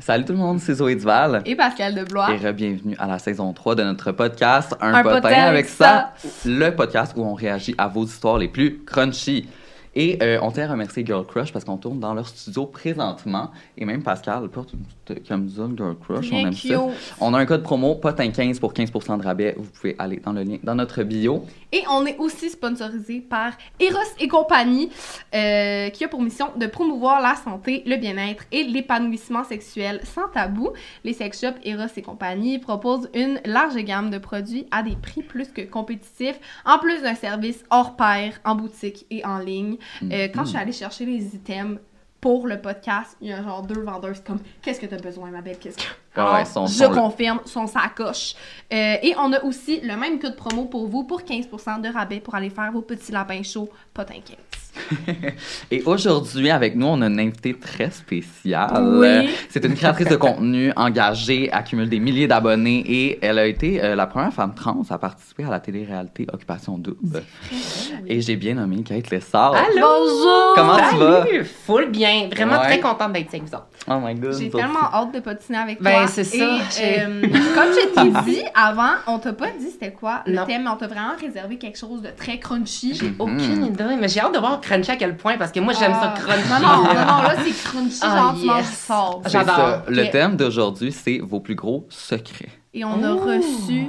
Salut tout le monde, c'est Zoé Duval. et Pascal Deblois. Et re-bienvenue à la saison 3 de notre podcast Un, Un potin, potin avec avec ça. le podcast où on réagit à vos histoires les plus crunchy. Et euh, on tient à remercier Girl Crush parce qu'on tourne dans leur studio présentement. Et même Pascal porte une petite camisa Girl Crush, Bien on aime ça. cute. On a un code promo POTIN15 pour 15% de rabais. Vous pouvez aller dans le lien dans notre bio. Et on est aussi sponsorisé par Eros et compagnie, euh, qui a pour mission de promouvoir la santé, le bien-être et l'épanouissement sexuel sans tabou. Les sex shops Eros et compagnie proposent une large gamme de produits à des prix plus que compétitifs, en plus d'un service hors pair en boutique et en ligne. Mm-hmm. Euh, quand je suis allée chercher les items pour le podcast, il y a genre deux vendeuses comme Qu'est-ce que t'as besoin, ma belle Qu'est-ce que. Ah Ouais, ouais, sont- je sont le- confirme, son sacoche. Euh, et on a aussi le même code promo pour vous pour 15% de rabais pour aller faire vos petits lapins chauds, pas t'inquiète. Et aujourd'hui, avec nous, on a une invitée très spéciale. Oui. Euh, C'est une créatrice de contenu engagée, accumule des milliers d'abonnés et elle a été euh, la première femme trans à participer à la télé-réalité Occupation Double. Et j'ai bien nommé Kate Lessard. Bonjour! Comment tu vas? Salut! Full bien. Vraiment Ouais. très contente d'être avec vous autres. Oh my god. J'ai toi tellement aussi. hâte de patiner avec Ben, toi. c'est ça, Et, j'ai- euh, comme je t'ai dit avant, on t'a pas dit c'était quoi le Non. thème, mais on t'a vraiment réservé quelque chose de très crunchy. J'ai aucune idée, mais j'ai hâte de voir Crunchy à quel point, parce que moi, j'aime Ah. ça crunchy. Non, non, non, non, là c'est crunchy, Ah, genre tu yes. manges du sable. C'est J'adore. ça. Le Ok. thème d'aujourd'hui, c'est vos plus gros secrets. Et on a reçu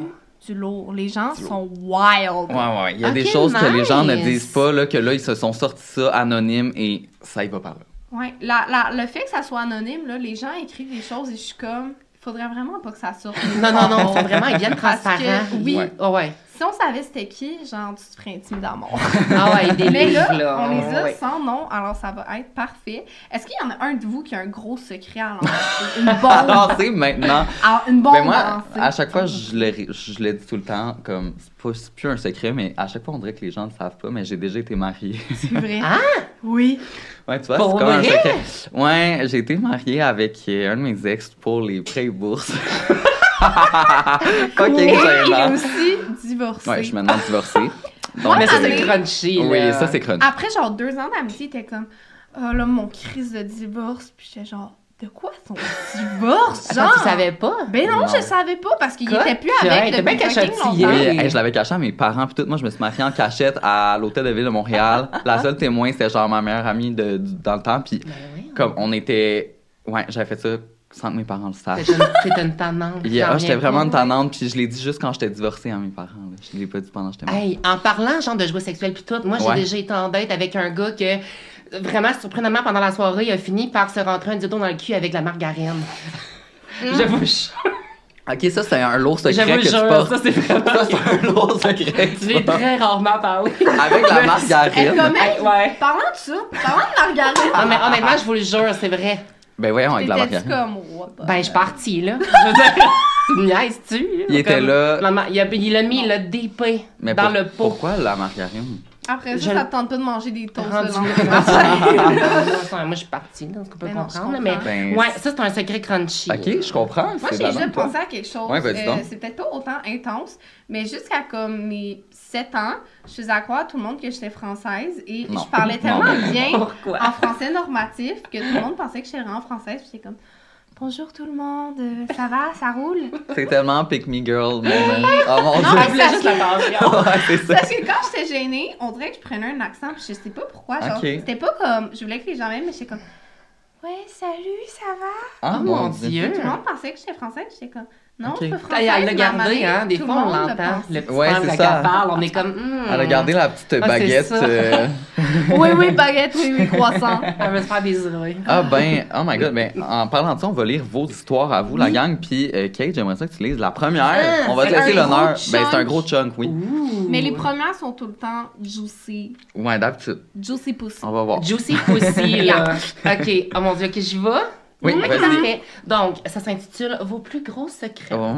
du lourd. Les gens sont wild. Ouais, ouais, ouais. Il y a Ok, des choses que les gens ne nice. disent pas, là, que là, ils se sont sortis ça anonyme et ça, il va par là. Ouais, la, la- le fait que ça soit anonyme, là, les gens écrivent des choses et je suis comme, faudrait vraiment pas que ça sorte. Non, non, non, faut vraiment, ils viennent Parce que, transparents. oui. Ouais. Oh, ouais. Si on savait c'était qui, genre, tu te ferais intimider à mort. Ah ouais, des Mais livres, là, là. on les a Ouais. sans nom, alors ça va être parfait. Est-ce qu'il y en a un de vous qui a un gros secret à lancer? Une bombe, Alors, c'est maintenant. à- Ah, une bombe hein, Ben moi, à lancer? à chaque fois, je le, ré- je le dis tout le temps, comme, c'est pas- c'est plus un secret, mais à chaque fois, on dirait que les gens ne le savent pas, mais j'ai déjà été mariée. C'est vrai. Ah! Oui. ouais, tu vois, Pour c'est comme un vrai? secret. Ouais, j'ai été mariée avec euh, un de mes ex pour les prêts et bourses. ok, Et il est gênant. aussi divorcé. Ouais, je suis maintenant divorcée. Donc, Mais ça, euh, c'est crunchy. Oui, là. ça, c'est chronique. Après, genre, deux ans d'amitié, il était comme, oh là, mon crise de divorce. Puis j'étais genre, de quoi son divorce? Attends, Genre, tu savais pas? Ben non, Non. je savais pas parce qu'il Quoi? était plus Ouais, avec t'es bien depuis fucking cachotier. longtemps. Oui, Ah. hey, je l'avais caché à mes parents puis tout. Moi, je me suis mariée en cachette à l'hôtel de ville de Montréal. La seule témoin, c'était genre ma meilleure amie de, du- dans le temps. Puis comme on était, ouais, j'avais fait ça sans que mes parents le sachent. T'es une- T'es une tannante. Yeah, t'en ah, j'étais viens vraiment pas. une tannante, puis je l'ai dit juste quand j'étais divorcée à mes parents. Là. Je l'ai pas dit pendant que j'étais mariée. Hey, en parlant genre de jouets sexuels puis tout, moi j'ai Ouais. déjà été en date avec un gars que vraiment surprenamment pendant la soirée, il a fini par se rentrer un dodo dans le cul avec la margarine. Je vous jure. Ok, ça, c'est un lourd secret J'avoue, que tu jure, portes. ça, c'est vraiment- Ça, c'est un lourd secret. que Je tu l'ai portes. très rarement parlé. Avec la Hey, margarine. comment- Hey, ouais. Parlant de ça, parlant de margarine, Non, mais ah. honnêtement, je vous le jure, c'est vrai. Ben voyons, avec la t'étais-tu margarine. comme what the- Ben, je suis partie, là. Je veux dire, tu me niaises-tu? Il était là. non, non, il, a, il a mis le DP Mais dans pour- le pot. Pourquoi la margarine? Après Je ça, ça le- te tente pas de manger des toasts Rendu- le Non, lendemain matin. non, Moi, je suis partie, donc on peut Ben non, je comprendre. comprends. mais Ben, ouais, ça, c'est un secret crunchy. Ok, je comprends. Moi, c'est j'ai déjà vraiment toi. pensé à quelque chose. Ouais, vas-y euh, donc. c'est peut-être pas autant intense, mais jusqu'à comme mes 7 ans, je faisais à croire à tout le monde que j'étais française et Non. je parlais tellement Non, mais bien Pourquoi? en français normatif que tout le monde pensait que j'étais vraiment française. Puis j'étais comme Bonjour tout le monde, euh, ça va, ça roule? C'est tellement pick me girl moment. Oh mon Non, dieu. mais Elle voulait Ah, juste hein? la passion. Ouais, c'est ça. Parce que quand j'étais gênée, on dirait que je prenais un accent, puis je sais pas pourquoi. Genre, Ok. c'était pas comme je voulais que les gens m'aiment, mais j'étais comme Ouais, salut, ça va? Ah Oh mon dieu. Tout le monde pensait que j'étais française, puis j'étais comme Non, Ok. je suis pas Elle française. elle l'a ma gardé, mamie, hein. Des tout fois, on monde le l'entend. pense. Le petit Ouais, ouais, c'est quand ça. elle parle, on est comme. hmm. Elle a gardé la petite Ah, c'est baguette. ça. euh, Oui, oui, baguette, oui, oui, croissant. Elle veut se faire désirer. Ah ben, oh my god, ben, en parlant de ça, on va lire vos histoires à vous, la gang, puis euh, Kate, j'aimerais ça que tu lises la première. Ah, on va te c'est laisser un l'honneur. Ben, gros c'est un chunk. gros chunk, oui. Ouh. Mais les premières sont tout le temps juicy. Ouais, d'habitude. Juicy pussy. On va voir. Juicy Pussy, là. OK. Oh mon Dieu, OK, j'y vais. Oui, Mhm. vas-y. Parfait. Donc, ça s'intitule Vos plus gros secrets. Oh.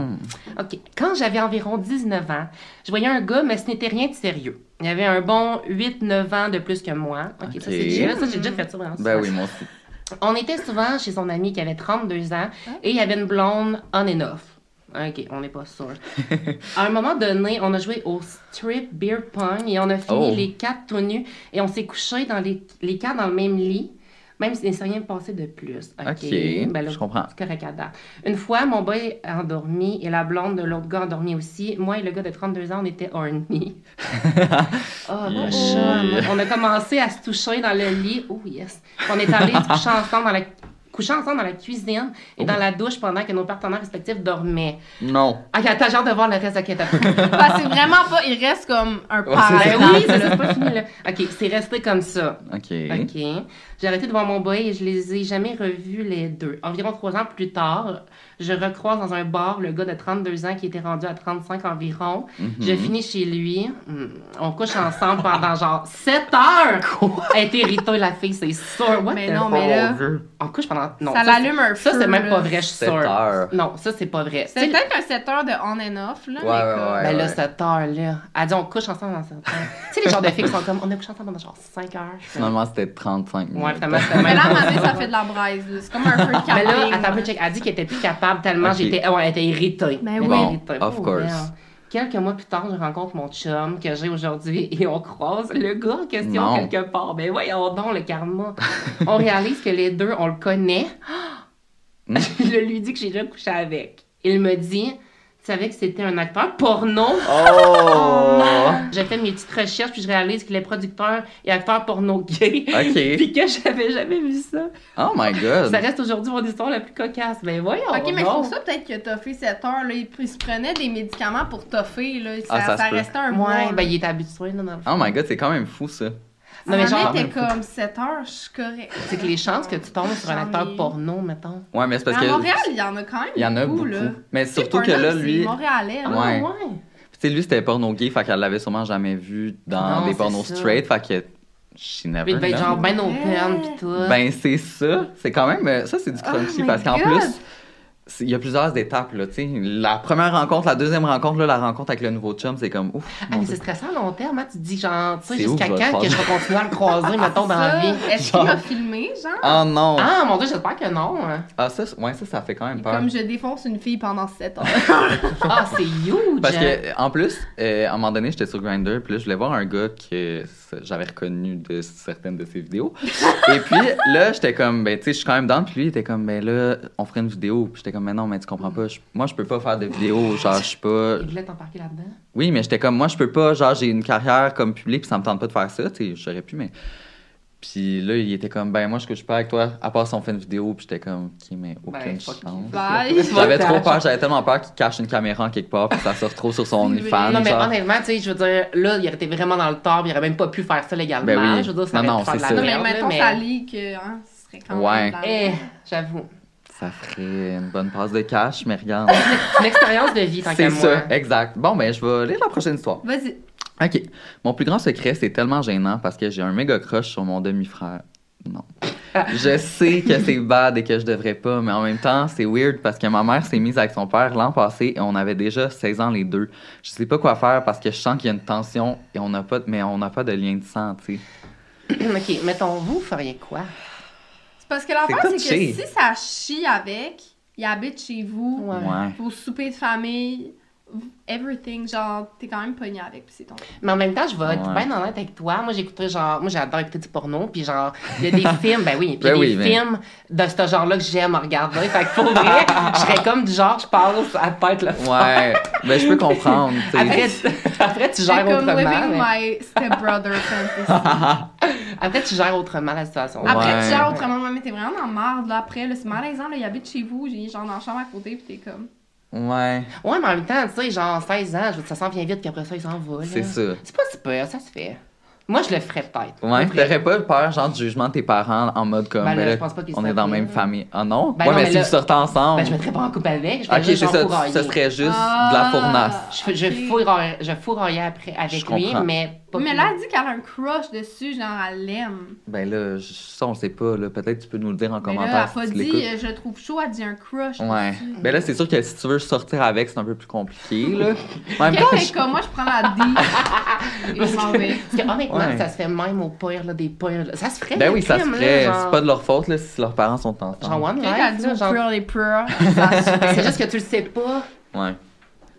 OK. Quand j'avais environ 19 ans, je voyais un gars, mais ce n'était rien de sérieux. Il avait un bon 8-9 ans de plus que moi. OK, ça, Ok. c'est déjà, ça, j'ai déjà fait ça vraiment Ben souvent. oui, moi aussi. On était souvent chez son ami qui avait 32 ans et il y avait une blonde on and off. OK, on n'est pas sûr. à un moment donné, on a joué au strip beer pong et on a fini Oh. les quatre tout nus et on s'est couchés dans les, les quatre dans le même lit. Même s'il ne s'est rien passé de plus. OK. Ben Ok, je comprends. C'est correct, Adam. Une fois, mon boy a endormi et la blonde de l'autre gars a endormi aussi. Moi et le gars de 32 ans, on était horny. oh, mon Yeah. chum. On a commencé à se toucher dans le lit. Oh, yes. On est allés se coucher ensemble dans la coucher ensemble dans la cuisine Oh. et dans la douche pendant que nos partenaires respectifs dormaient. Non. Ah, t'as genre de voir le reste de quête Parce que c'est vraiment pas, il reste comme un Ouais, pain. c'est Ben oui, ça, c'est pas fini là. OK, c'est resté comme ça. Ok. OK. J'ai arrêté de voir mon boy et je les ai jamais revus les deux. Environ trois ans plus tard, je recroise dans un bar le gars de 32 ans qui était rendu à 35 environ. Mhm. Je finis chez lui. Hmm, On couche ensemble pendant genre 7 heures. Quoi? Elle était rito, la fille, c'est sûr. What Mais the non, Oh mais là, mon dieu. On couche pendant. Non, Ça ça, l'allume un Ça, feu, c'est même là. pas vrai, je suis Sept sûre. heures. Non, ça, c'est pas vrai. c'est Tu sais, peut-être un 7 heures de on and off, là. Ouais, mais ouais, comme- ouais. ben là, cette heure-là, elle dit on couche ensemble dans cette heure. tu sais, les genres de filles qui sont comme on a couché ensemble pendant genre 5 heures. Je fais, Finalement, c'était 35 minutes. Ouais, finalement, c'était Mais même là, à un pas moment donné, ça. ça fait de la braise, là. C'est comme un feu de Mais camping. là, attends un peu, check. Elle dit qu'elle était plus capable tellement Ok. j'étais. Ouais, elle était irritée. Ben Elle oui. était Bon, irritée. Oh, of course. merde. Quelques mois plus tard, je rencontre mon chum que j'ai aujourd'hui et on croise le gars en question Non. quelque part. Ben voyons donc le karma. on réalise que les deux, on le connaît. Hmm. je lui dis que j'ai déjà couché avec. Il me dit, tu savais que c'était un acteur porno? Oh! J'ai fait mes petites recherches puis je réalise qu'il est producteur et acteur porno gay. Ok. puis que j'avais jamais vu ça. Oh my Ça god. reste aujourd'hui mon histoire la plus cocasse. Mais voyons. Ah, Ok, mais c'est donc. pour ça peut-être que Toffé 7 heures, là, il, il se prenait des médicaments pour Toffé, là. Ça, Ah, ça se ça peut. restait un mois. Ouais, ben il est habitué, non, dans le fond. Oh my god, c'est quand même fou ça. Non, mais genre, était comme 7 heures, je suis correcte. c'est que les chances que tu tombes sur un J'en ai acteur eu. porno, mettons. Ouais, mais c'est parce Mais à que. Montréal, il y en a quand même Il y en a beaucoup. là. Mais Tu sais, surtout que Pornhub, là, c'est lui- Montréalais, là. Ouais. Ah, Tu sais, lui, c'était porno gay, fait qu'elle l'avait sûrement jamais vu dans Non, des c'est pornos ça. straight, fait que. She never Puis il devait être knows. genre ben open pis tout. Ben, c'est ça. C'est quand même. euh, Ça, c'est Oh du crunchy my parce qu'en God. plus, c'est- il y a plusieurs étapes. Là, tu sais. la première rencontre, la deuxième rencontre, là, la rencontre avec le nouveau chum, c'est comme ouf. Ah, mon mais Dieu. c'est stressant à long terme, hein. Tu te dis genre, tu sais, C'est où jusqu'à que je vais quand que le je vais continuer à le croiser, mettons, dans la ben, vie. Ah, Ça, Est-ce qu'il m'a filmé, genre? Oh non! Ah, Ah, mon dieu, j'espère que non. hein. ça, c'est- ouais, ça, ça fait quand même peur. Comme je défonce une fille pendant 7 heures. Ah, c'est huge. hein. Parce que, en plus, euh, à un moment donné, j'étais sur Grindr, puis là, je voulais voir un gars que c'est- j'avais reconnu de certaines de ses vidéos. Et puis, là, j'étais comme, ben, tu sais, je suis quand même dans, puis lui, il était comme, ben là, on ferait une vidéo. Puis j'étais comme, mais non, mais tu comprends pas, je- moi, je peux pas faire de vidéo, genre, je suis pas. Il voulait t'embarquer là-dedans. Oui, mais j'étais comme, moi, je peux pas, genre, j'ai une carrière comme public, puis ça me tente pas de faire ça, tu sais, j'aurais pu, mais. Puis là, il était comme, ben, moi, je couche pas avec toi, à part si on fait une vidéo, puis j'étais comme, ok, mais aucune Ben, fuck chance. you. Bye! J'avais Fuck trop that. peur, j'avais tellement peur qu'il cache une caméra en quelque part, puis que ça sort trop sur son C'est vrai. OnlyFans. Non, mais genre. honnêtement, tu sais, je veux dire, là, il aurait été vraiment dans le tort, puis il aurait même pas pu faire ça légalement. Ben oui. Je veux dire, ça Non, aurait non, pu faire de c'est la ça. Non, merde. mais là, mettons, mais- ça lit que hein, ce serait quand Ouais. même... dans- Eh, j'avoue. Ça ferait une bonne passe de cash, mais regarde. Une expérience de vie, tant qu'à C'est moi. ça, exact. Bon, ben, je vais lire la prochaine histoire. Vas-y. OK. Mon plus grand secret, c'est tellement gênant parce que j'ai un méga crush sur mon demi-frère. Non. Ah. je sais que c'est bad et que je devrais pas, mais en même temps, c'est weird parce que ma mère s'est mise avec son père l'an passé et on avait déjà 16 ans les deux. Je sais pas quoi faire parce que je sens qu'il y a une tension et on n'a pas, de- mais on n'a pas de lien de sang, tu sais. OK, mettons, vous feriez quoi? C'est parce que l'affaire, c'est que touché. si ça chie avec, il habite chez vous, Ouais. Ouais. vos soupers de famille, everything, genre, t'es quand même pogné avec, puis c'est ton... Mais en même temps, je vais être Ouais. bien honnête avec toi. Moi, j'écouterais genre. Moi, j'adore écouter du porno. Puis genre, il y a des films, ben oui, puis il y Ben a des oui, mais- films de ce genre-là que j'aime à regarder. Fait que pour vrai, je serais comme du genre, je passe à peut-être le faire. Ouais, ben je peux comprendre, tu Après, sais. tu- après, tu J'ai gères comme autrement. living mais- my stepbrother fantasy. Après, tu gères autrement la situation. Après, Ouais. tu gères autrement, mais t'es vraiment dans la marde, là, après, là, c'est malaisant, là, il habite chez vous, j'ai genre dans la chambre à côté, puis t'es comme... Ouais, Ouais, mais en même temps, tu sais, genre 16 ans, je veux dire, ça s'en vient vite, puis après ça, ils s'en vont. là. c'est ça. C'est pas si peur, ça se fait. Moi, je le ferais peut-être. Ouais, Après. t'aurais pas peur, genre, du jugement de tes parents en mode comme, Ben ben, là, là, je pense pas qu'ils on est se dans la tapent, même là. famille. Ah non? Ben ouais, non, mais, mais si là- vous sortez ensemble. Ben, je mettrais pas en couple avec. Je ok, ferais c'est juste en ça, fourrailler. ce serait juste Ah. de la fournasse. Je, je, Ok. fourraille- je fourraillais après avec Je lui, comprends. mais pas Mais plus. là, elle dit qu'elle a un crush dessus, genre, elle l'aime. Ben là, je- ça, on sait pas, là. Peut-être tu peux nous le dire en Mais commentaire. là, elle a si pas tu dit, l'écoutes. euh, je le trouve chaud, elle dit un crush. euh, Ouais. dessus. Ben là, c'est sûr que si tu veux sortir avec, c'est un peu plus compliqué, là. En même temps, Quelqu'un est je- comme moi, je prends la D et je m'en vais. Parce que honnêtement, Ouais. ça se fait même au pire là, des pires. là. Ça se ferait. Ben le oui, ça se crime, là, ferait. genre- C'est pas de leur faute, là, si leurs parents sont Genre ensemble. one Quelqu'un a life, dit là, au genre- purl et purl, ça se fait. C'est juste que tu le sais pas. Ouais.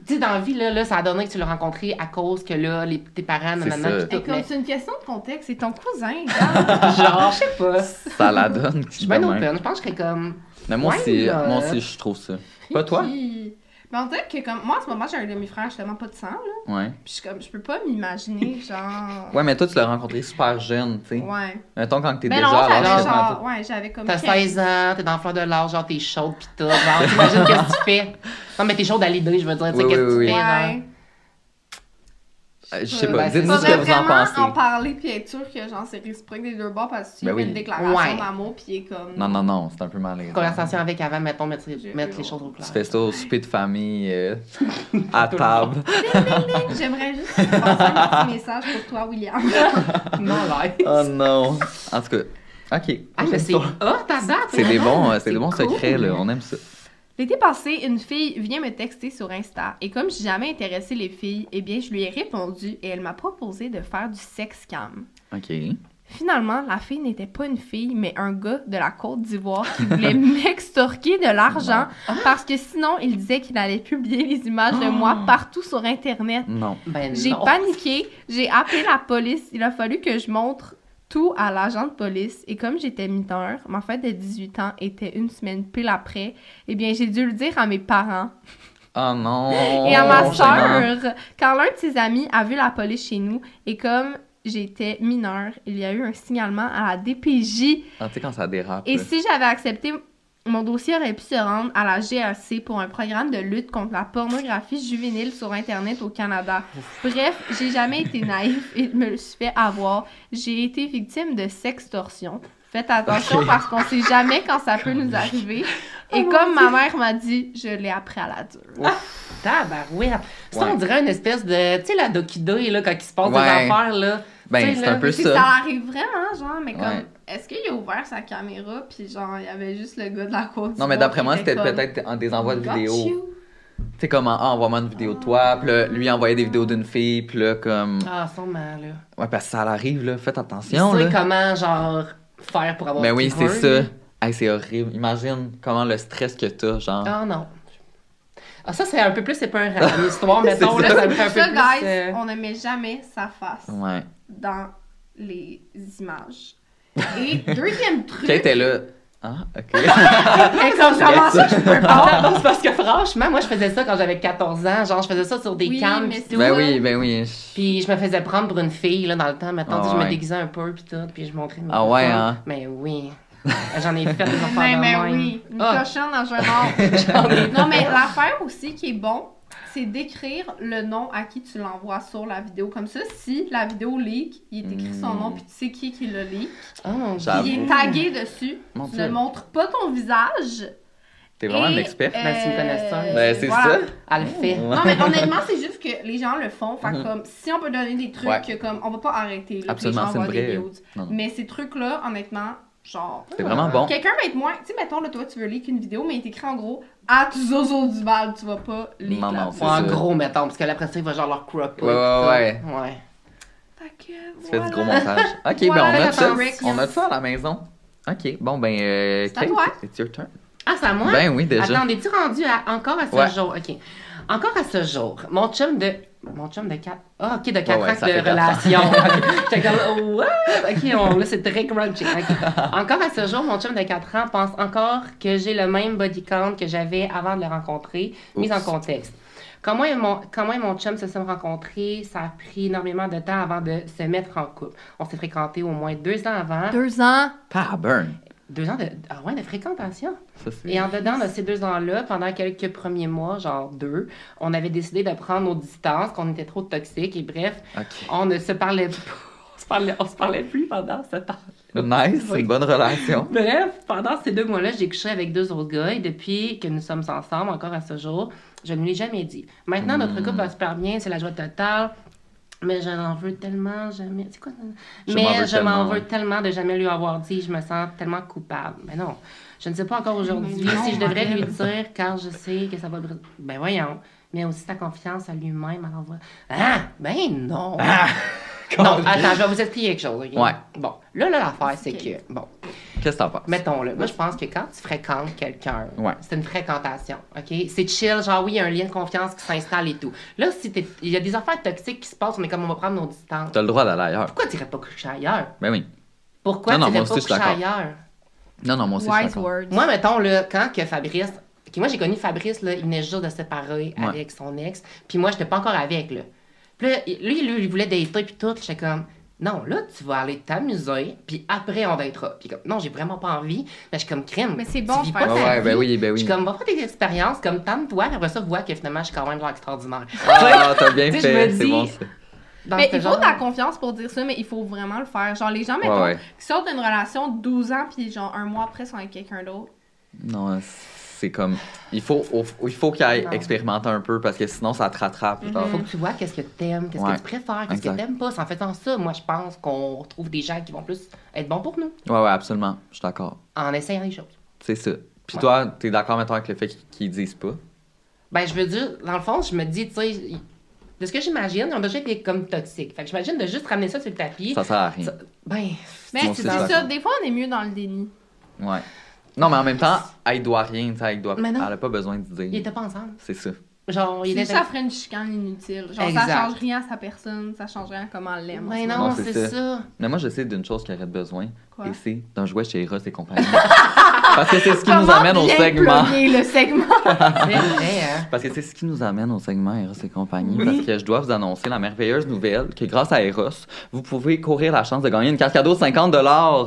Tu sais, dans la vie, là, là, ça a donné que tu l'as rencontré à cause que là, les, tes parents, C'est nanana, ça. pis Et tout. comme mais- c'est une question de contexte, c'est ton cousin, regarde. Genre, je sais pas. Ça la donne. Je suis bien de même. open. Je pense que je serais comme. Mais moi Ouais, aussi, là. moi aussi, je trouve ça. Pas toi? Puis- Mais on dirait que comme moi en ce moment j'ai un demi-frère justement pas de sang là. Ouais. Puis je suis comme je peux pas m'imaginer genre. Ouais, mais toi, tu l'as rencontré super jeune, tu sais. Ouais. Mettons quand t'es Ben déjà non, à l'âge j'avais que t'as- genre ouais j'avais comme. T'as 15. 16 ans, t'es dans la fleur de l'âge, genre t'es chaude pis tout. Genre, t'imagines qu'est-ce que tu fais? Non, mais t'es chaude à l'idée, je veux dire. Tu sais, Oui, qu'est-ce que oui, oui. tu fais? genre? Ouais. Euh, Je sais Ben, pas. c'est Dites-nous ce pas que Faudrait vous en vraiment pensez. en parler puis être sûr que genre c'est réciproque des deux bords parce que tu Ben oui. une déclaration Ouais. d'amour puis il est comme. Non, non, non, c'est un peu malaisant. Une conversation avec avant, mettons, mettre, J'ai mettre les raison. choses au clair. Tu fais ça au souper de famille, euh, à table. Ding, ding, ding, J'aimerais juste passer un petit message pour toi William. Non, là. Oh non. En tout cas, ok. Ah, mais c'est. Ah, t'as date! C'est des bons, euh, c'est des C'est bons secrets, cool. là. On aime ça. L'été passé, une fille vient me texter sur Insta et comme j'ai jamais intéressé les filles, eh bien je lui ai répondu et elle m'a proposé de faire du sex cam. Ok. Finalement, la fille n'était pas une fille, mais un gars de la Côte d'Ivoire qui voulait m'extorquer de l'argent parce que sinon, il disait qu'il allait publier les images de moi partout sur Internet. Mm. Non. Ben, J'ai non. paniqué, j'ai appelé la police. Il a fallu que je montre tout à l'agent de police. Et comme j'étais mineure, ma fête de 18 ans était une semaine pile après, eh bien, j'ai dû le dire à mes parents Oh non. et à ma Gênant. soeur, quand l'un de ses amis a vu la police chez nous, et comme j'étais mineure, il y a eu un signalement à la DPJ. Ah, tu sais, quand ça dérape. Et là. si j'avais accepté, mon dossier aurait pu se rendre à la GAC pour un programme de lutte contre la pornographie juvénile sur Internet au Canada. Bref, j'ai jamais été naïf et me le suis fait avoir. J'ai été victime de sextorsion. Faites attention parce qu'on sait jamais quand ça peut nous arriver. Et comme ma mère m'a dit, je l'ai appris à la dure. Tabarouette! Ça, Ouais. on dirait une espèce de. Tu sais, la doki-doki, là, quand il se passe Ouais. des affaires, là. Ben, Tu sais, c'est là, un peu C'est que ça ça. arrive vraiment, genre, mais comme, Ouais. est-ce qu'il a ouvert sa caméra, puis genre, il y avait juste le gars de la côte Non, mais d'après moi, c'était peut-être en des envois de vidéos. Tu sais, comme, en- ah, envoie-moi une vidéo de toi. Puis là, lui, envoyer des vidéos d'une fille. Puis là, comme. Ah, sûrement, là. Ouais, parce que ça arrive, là. Faites Tu attention, sais là. comment, genre, faire pour avoir Ben ce oui, qu'il c'est veut, ça. Hey, c'est horrible. Imagine comment le stress que t'as, genre. Ah, non. Ah, ça, c'est un peu plus épeurant, l'histoire, mettons, C'est là, ça. ça me fait un peu Ça, guys, plus... euh, on ne met jamais sa face Ouais. dans les images. Et deuxième truc, Kate est là. Ah, ok. mais comme comment ça, je peux pas. Ah, non, c'est parce que franchement, moi, je faisais ça quand j'avais 14 ans. Genre, je faisais ça sur des Oui, cams. mais pis c'est tout. ben oui, ben oui. Puis je me faisais prendre pour une fille, là, dans le temps. Mettons, Ah tu sais, je ouais. me déguisais un peu, puis tout. Puis je montrais mes Ah ouais, cochons. hein? Mais oui. J'en ai fait des enfants Mais, de mais même. Ben, oui, une Ah. cochonne dans un arbre. non, mais l'affaire aussi qui est bon, c'est d'écrire le nom à qui tu l'envoies sur la vidéo. Comme ça, si la vidéo leak, il est écrit son nom, Hmm. puis tu sais qui qui le leak. Ah, mon Dieu. J'avoue. Il est tagué dessus. Hmm. Mon tu Dieu. ne montres pas ton visage. T'es vraiment Et, un expert. euh, Ben, c'est une connaisseuse. ben, c'est voilà. ça. Elle le fait. Ouais. Mm-hmm. Non, mais honnêtement, c'est juste que les gens le font. Fait que comme, si on peut donner des trucs, Ouais. que comme, on va pas arrêter. Là, que Absolument, les gens c'est une envoient des vraie- nudes. non, non. Mais ces trucs-là, honnêtement, Genre. C'est vraiment bon. Quelqu'un va être moins. Tu sais, mettons, là, toi, tu veux lire une vidéo, mais il t'écrit en gros Ah, tu zozo du bal, tu vas pas lire. Non, la- non, Ouais, en C'est ça. gros, mettons, parce que là, après ça, il va genre leur crop. Ouais, ouais, ouais. Ouais. Fait que, Tu fais du voilà. gros montage. Ok, ben Voilà, on la note ça. fabrique. On note ça à la maison. Ok, bon ben. Euh, à Kate, toi. it's your turn. Ah, c'est à moi? Ben oui, déjà. Attends, on est-tu rendu à- encore à ce Ouais. jour? OK. Encore à ce jour, mon chum de... Mon chum de 4... Ah, OK, de 4 ouais, ça ans de fait quatre relation. Ok. J'étais comme, what? OK, on- là, c'est très grungy. Ok. Encore à ce jour, mon chum de 4 ans pense encore que j'ai le même body count que j'avais avant de le rencontrer, mis en Oups. contexte. Quand moi, et mon, quand moi et mon chum se sommes rencontrés, ça a pris énormément de temps avant de se mettre en couple. On s'est fréquentés au moins deux ans avant. Deux ans. Ah, burn. Deux ans de, ah ouais, de fréquentation. Ça, c'est- Et en dedans de ces deux ans-là, pendant quelques premiers mois, genre deux, on avait décidé de prendre nos distances, qu'on était trop toxiques et bref, Ok. on ne se parlait on se parlait, on se parlait plus pendant ce temps. Nice, Oui. une bonne relation. Bref, pendant ces deux mois-là, j'ai couché avec deux autres gars et depuis que nous sommes ensemble, encore à ce jour, je ne l'ai jamais dit. Maintenant, notre Hmm. couple va super bien, c'est la joie totale. Mais je n'en veux tellement jamais. C'est quoi Je ça? m'en veux Mais je m'en tellement. veux tellement de jamais lui avoir dit. Je me sens tellement coupable. Mais non, je ne sais pas encore aujourd'hui Mais non, si je devrais Marielle. lui dire car je sais que ça va briser. Ben voyons. Mais aussi ta confiance à lui-même. Alors voilà. Ah! Ben non! non, attends, je vais vous expliquer quelque chose. ok? Ah! Ouais. Bon, là, là l'affaire, c'est Ok. que. Bon, Qu'est-ce que t'en penses? Mettons-le. Moi, je pense que quand tu fréquentes quelqu'un, Ouais. c'est une fréquentation, OK? C'est chill, genre, oui, il y a un lien de confiance qui s'installe et tout. Là, si t'es- il y a des affaires toxiques qui se passent, mais comme on va prendre nos distances, T'as le droit d'aller ailleurs. pourquoi t'irais pas coucher ailleurs? Ben oui. Pourquoi Non, non, t'irais moi pas aussi, je suis coucher d'accord. ailleurs? Non, non, moi aussi, je suis Wise d'accord. words. Moi, mettons, là, quand que Fabrice... ok, moi, j'ai connu Fabrice, là, il venait juste de se séparer Ouais. avec son ex, puis moi, j'étais pas encore avec, là. Puis là, il- lui, lui, il voulait dater, puis tout, j'étais comme... Non, là, tu vas aller t'amuser, puis après, on datera. Puis comme, non, j'ai vraiment pas envie. Mais je suis comme, crime. Mais c'est tu bon vis de pas faire ta ça. Ouais, ouais, vie. ben oui, ben oui. Je suis comme, va faire des expériences, comme, tente-toi, puis après ça, vois que finalement, je suis quand même genre extraordinaire. Ah, t'as bien Tu sais, je fait, me c'est dis- bon ça. Dans Mais ce il faut genre- de la confiance pour dire ça, mais il faut vraiment le faire. Genre, les gens, mettons, ouais. qui sortent d'une relation de 12 ans, puis genre, un mois après, sont avec quelqu'un d'autre. Non, c'est comme. Il faut, au- il faut qu'il aille expérimenter un peu parce que sinon, ça te rattrape. plus tard. Mm-hmm. Faut que tu vois qu'est-ce que t'aimes, qu'est-ce Ouais. que tu préfères, qu'est-ce Exact. que t'aimes pas. C'est En faisant ça, moi, je pense qu'on trouve des gens qui vont plus être bons pour nous Ouais, ouais, absolument. Je suis d'accord. en essayant les choses. C'est ça. Puis toi, t'es d'accord maintenant avec le fait qu'ils- qu'ils disent pas? Ben, je veux dire, dans le fond, je me dis, tu sais, il- de ce que j'imagine, ils ont déjà été comme toxiques. Fait que j'imagine de juste ramener ça sur le tapis. Ça sert à rien. Ça- ben, Mais Moi aussi, c'est je suis ça, d'accord. des fois, on est mieux dans le déni. Ouais. Non, mais en même temps, elle doit rien, tu sais, elle doit Mais Elle non. a pas besoin de dire. ils étaient pas ensemble. C'est ça. Genre, ils C'est étaient. juste, ça ferait une chicane inutile. Genre, ça ben- Exact. change rien à sa personne, ça change rien à comment elle l'aime. en Ben ce non, moment. Non, c'est ça. c'est ça. Mais moi, je sais d'une chose qu'elle aurait besoin. Quoi? Et c'est d'un jouet chez Eros et compagnie. Parce que c'est ce qui nous Comment amène au bien segment. plugger le segment. C'est vrai, hein. Parce que c'est ce qui nous amène au segment Eros et compagnie. Parce que je dois vous annoncer la merveilleuse nouvelle que grâce à Eros, vous pouvez courir la chance de gagner une carte cadeau de 50 euh,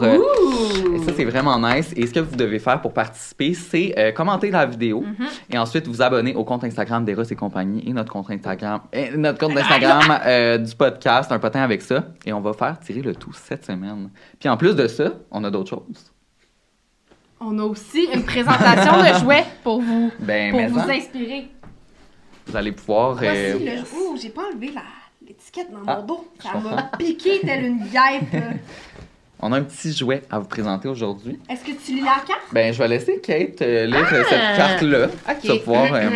Et ça, c'est vraiment nice. Et ce que vous devez faire pour participer, c'est euh, commenter la vidéo Mhm. et ensuite vous abonner au compte Instagram d'Eros et compagnie et notre compte Instagram, et notre compte Instagram euh, du podcast, un potin avec ça. Et on va faire tirer le tout cette semaine. Puis en plus de ça, on a d'autres choses. on a aussi une présentation de jouets pour vous, Ben, pour mais vous en- inspirer. Vous allez pouvoir. euh, Voici le. Ouh, j'ai pas enlevé la- l'étiquette dans Ah, mon dos. je Ça comprends. m'a piqué telle une guêpe. là. On a un petit jouet à vous présenter aujourd'hui. Est-ce que tu lis la carte? Ben, je vais laisser Kate euh, lire euh, cette carte-là. Ah! Ok. Tu vas pouvoir. euh,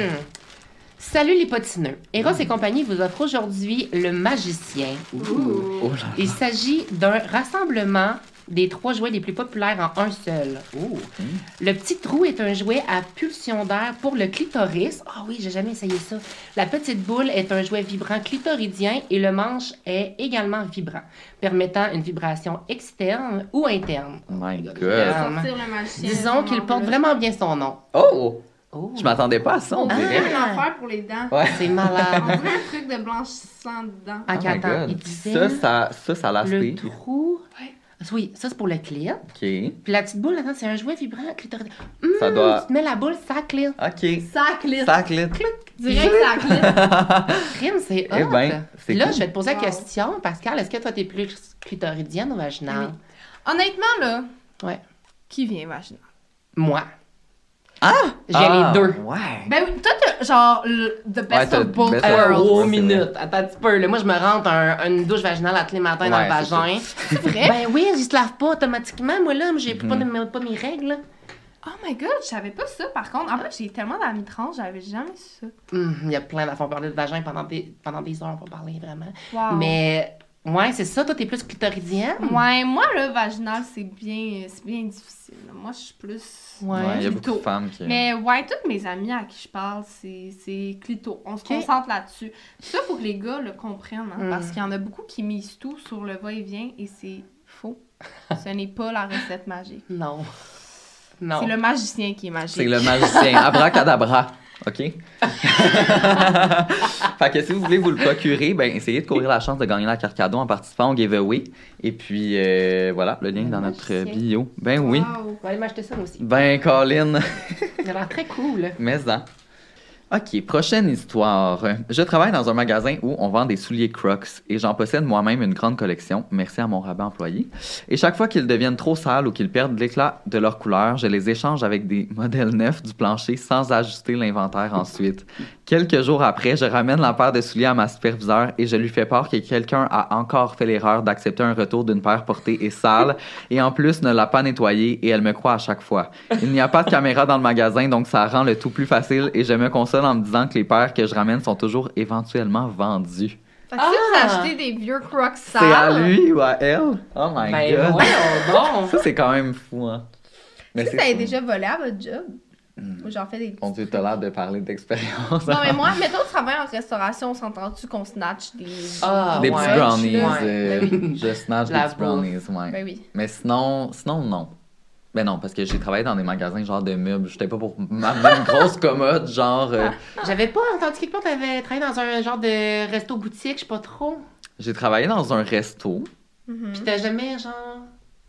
Salut les potineux. Eros et compagnie vous offre aujourd'hui le magicien. oh là. Il s'agit d'un rassemblement des trois jouets les plus populaires en un seul. Le petit trou est un jouet à pulsion d'air pour le clitoris. Ah oui, j'ai jamais essayé ça. La petite boule est un jouet vibrant clitoridien et le manche est également vibrant, permettant une vibration externe ou interne. Oh My Je God. vais sortir le magicien. Disons qu'il porte vraiment bien son nom. Oh! Oh, Je m'attendais pas à ça, on On dirait dirait. une affaire pour les dents. Ouais. Ah! c'est malade. On dirait un truc de blanchissant de dents. Ah, Oh my attends, God. il disait Ça, ça, ça, ça l'a le aspiré. trou. Oui, ça c'est pour le clip. OK. Puis la petite boule, attends, c'est un jouet vibrant clitoridien. Hum, Ça doit- Tu te mets la boule, ça clip. OK. Ça clip. Ça clip. Direct, ça clip. Crime, c'est hot. Eh ben, c'est Là, cool. je vais te poser Wow. la question, Pascal, est-ce que toi, t'es plus clitoridienne ou vaginale? Honnêtement, là, Ouais. qui vient vaginal? Moi. Ah! J'ai Ah, les deux. Ouais. Ben oui, toi, t'as genre le- the best Ouais, of t'as both best of Euh, Girls, worlds. oh, ça, c'est minute. Attends un petit peu. là. Moi, je me rentre un- une douche vaginale à tous les matins dans le Ouais, c'est vagin. C'est vrai? Ben oui, je se lave pas automatiquement, moi, là. mais J'ai pas, Mm-hmm. de- pas mes règles, là. Oh my god, je savais pas ça par contre. En fait, j'ai tellement d'amis trans, j'avais jamais su ça. Hum, Il y a plein d'affaires. On parlait de vagin pendant des, pendant des heures, on va parler vraiment. Wow. Mais, ouais, c'est ça. Toi, t'es plus clitoridienne. Ouais, moi, le vaginal, c'est bien, c'est bien difficile. Moi, je suis plus. Ouais. Ouais, il y a beaucoup Plutôt. de femmes qui. Mais ouais, toutes mes amies à qui je parle, c'est c'est clito. On se Ok. concentre là-dessus. Ça, faut que les gars le comprennent, hein, Mm. parce qu'il y en a beaucoup qui misent tout sur le va-et-vient et c'est faux. Ce n'est pas la recette magique. Non. Non. C'est le magicien qui est magique. C'est le magicien. Abracadabra. OK? fait que si vous voulez vous le procurer, ben, essayez de courir la chance de gagner la carcadon en participant au giveaway. Et puis, euh, voilà, le lien est dans notre magicien. bio. Ben oui. Wow. Je vais aller m'acheter ça, moi aussi. Ben, Colin. Ça a l'air très cool. Mais en. Ok, prochaine histoire. Je travaille dans un magasin où on vend des souliers Crocs et j'en possède moi-même une grande collection, merci à mon rabat employé. Et chaque fois qu'ils deviennent trop sales ou qu'ils perdent l'éclat de leur couleur, je les échange avec des modèles neufs du plancher sans ajuster l'inventaire ensuite. Quelques jours après, je ramène la paire de souliers à ma superviseur et je lui fais part que quelqu'un a encore fait l'erreur d'accepter un retour d'une paire portée et sale et en plus ne l'a pas nettoyée et elle me croit à chaque fois. Il n'y a pas de caméra dans le magasin donc ça rend le tout plus facile et je me console en me disant que les paires que je ramène sont toujours éventuellement vendues. Fait que si vous Ah! achetez des vieux crocs C'est à sales, lui ou à elle? Oh my Ben, god. ouais, donc. Ça c'est quand même fou hein. Mais est-ce c'est que vous avez fou. Hmm. déjà volé à votre job? Ou j'en fais des Mon Dieu, t'as l'air de parler d'expérience. Non, mais moi, mettons, tu travailles en restauration, on s'entend-tu qu'on snatch des. Ah, Des ouais. petits brownies. Ouais. euh, Ben Je snatch des La petits brownies, ouais. Ben oui. Mais sinon, sinon non. Ben non, parce que j'ai travaillé dans des magasins genre de meubles. J'étais pas pour ma même grosse commode, genre. Ah. euh, J'avais pas entendu quelqu'un t'avais travaillé dans un genre de resto boutique, je sais pas trop. j'ai travaillé dans un resto. Puis t'as jamais genre.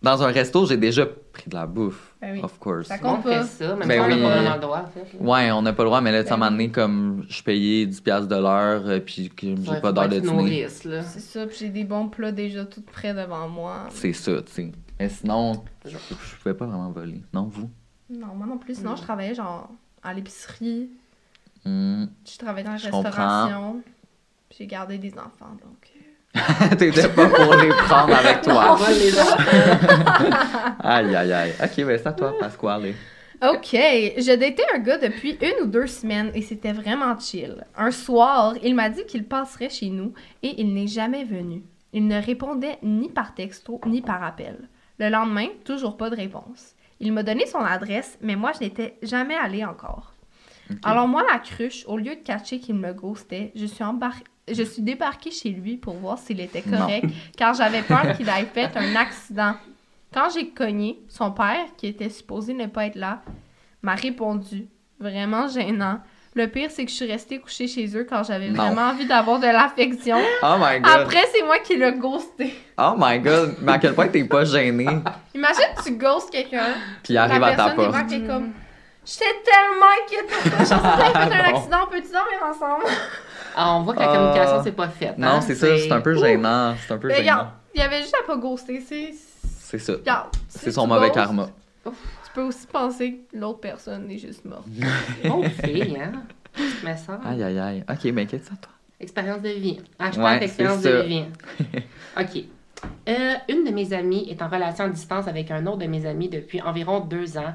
Dans un resto, j'ai déjà pris de la bouffe. Ben oui. Of course. Ça compte. On fait ça, même Ben si on oui. n'a pas dans le doigt, en fait. Ouais, on n'a pas le droit, mais là, tu sais, à un Ben moment donné, comme je payais 10$ piastres de l'heure, euh, puis que j'ai Ouais, pas faut d'heure être de une dîner. nourrice, là. C'est ça, puis j'ai des bons plats déjà tout près devant moi. C'est ça, tu sais. Mais sinon, je, je pouvais pas vraiment voler. Non, vous? Non, moi non plus. Sinon, je travaillais genre à l'épicerie, Hmm. je travaillais dans la Je restauration, puis j'ai gardé des enfants, donc. euh, T'étais pas pour les prendre avec toi. Moi, les gens. Aïe, aïe, aïe. Ok, ben c'est à toi, Pasquale. Ok, je datais un gars depuis une ou deux semaines et c'était vraiment chill. Un soir, il m'a dit qu'il passerait chez nous et il n'est jamais venu. Il ne répondait ni par texto ni par appel. Le lendemain, toujours pas de réponse. Il m'a donné son adresse, mais moi je n'étais jamais allée encore. Alors moi, la cruche, au lieu de catcher qu'il me ghostait, je suis embar- Je suis débarquée chez lui pour voir s'il était Non. correct, car j'avais peur qu'il ait fait un accident. Quand j'ai cogné, son père, qui était supposé ne pas être là, m'a répondu. Vraiment gênant. Le pire, c'est que je suis restée couchée chez eux quand j'avais Non. vraiment envie d'avoir de l'affection. Oh my god. Après, c'est moi qui l'ai ghosté. Oh my god. Mais à quel point t'es pas gêné, Imagine, tu ghostes quelqu'un, puis il la arrive à ta personne porte. débarque et est comme J'étais tellement inquiète pour toi, je pensais que t'avais fait un Non. accident, peux-tu dormir ensemble? Ah, on voit que la Ah. communication, c'est pas faite. hein. Non, c'est ça, c'est un peu gênant. C'est un peu Mais regarde, gênant. il y avait juste à pas ghoster, c'est. C'est ça. Regarde. si C'est son tu mauvais ghostes, karma. Tu peux aussi penser que l'autre personne est juste morte. Bon, fille, hein. Mais ça. Aïe, aïe, aïe. Ok, ben qu'est-ce que c'est à toi? Expérience de vie. Ah, je Ouais, parle d'expérience c'est de ça. vie. OK. Euh, une de mes amies est en relation à distance avec un autre de mes amis depuis environ deux ans.